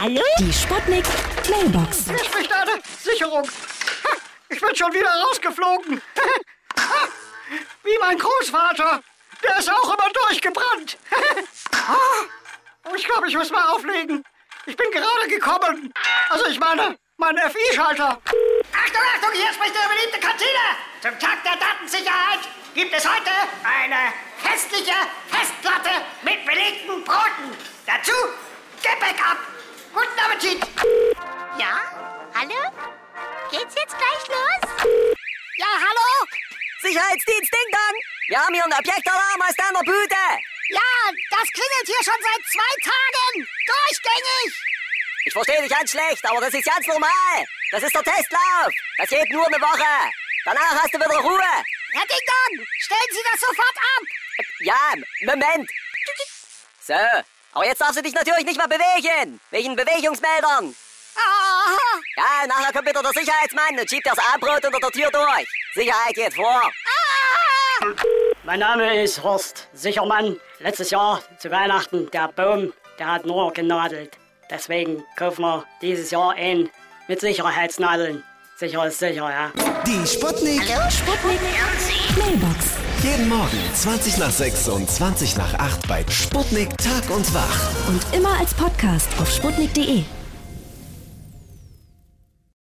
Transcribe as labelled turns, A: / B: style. A: Hallo?
B: Die Sputnik Mailbox.
C: Ich bestarte Sicherung. Ha, Ich bin schon wieder rausgeflogen. Ha, Wie mein Großvater. Der ist auch immer durchgebrannt. Ah, Ich glaube, ich muss mal auflegen. Ich bin gerade gekommen. Also ich meine, mein FI-Schalter.
D: Achtung, Achtung, hier spricht der beliebte Kantiner. Zum Tag der Datensicherheit gibt es heute eine festliche Festplatte mit belegten Broten. Dazu Gebäck ab. Guten Appetit.
A: Ja? Hallo? Geht's jetzt gleich los?
E: Ja, hallo? Sicherheitsdienst Ding Dong! Wir haben hier einen Objektalarm aus deiner Bude!
A: Ja, das klingelt hier schon seit zwei Tagen. Durchgängig.
E: Ich verstehe dich ganz schlecht, aber das ist ganz normal! Das ist der Testlauf! Das geht nur eine Woche! Danach hast du wieder Ruhe!
A: Herr Ding Dong, stellen Sie das sofort ab.
E: Ja, Moment! So, aber jetzt darfst du dich natürlich nicht mehr bewegen! Wegen Bewegungsmeldern!
A: Ah,
E: Ja, nachher kommt bitte der Sicherheitsmann und schiebt das Armbrot unter der Tür durch! Sicherheit geht vor!
F: Mein Name ist Horst Sichermann. Letztes Jahr zu Weihnachten, der Baum, der hat nur genadelt. Deswegen kaufen wir dieses Jahr ein mit Sicherheitsnadeln. Sicher ist sicher, ja.
G: Die Sputnik.
A: Sputnik.
B: Mailbox.
G: Jeden Morgen 20 nach 6 und 20 nach 8 bei Sputnik Tag und Wach.
B: Und immer als Podcast auf sputnik.de.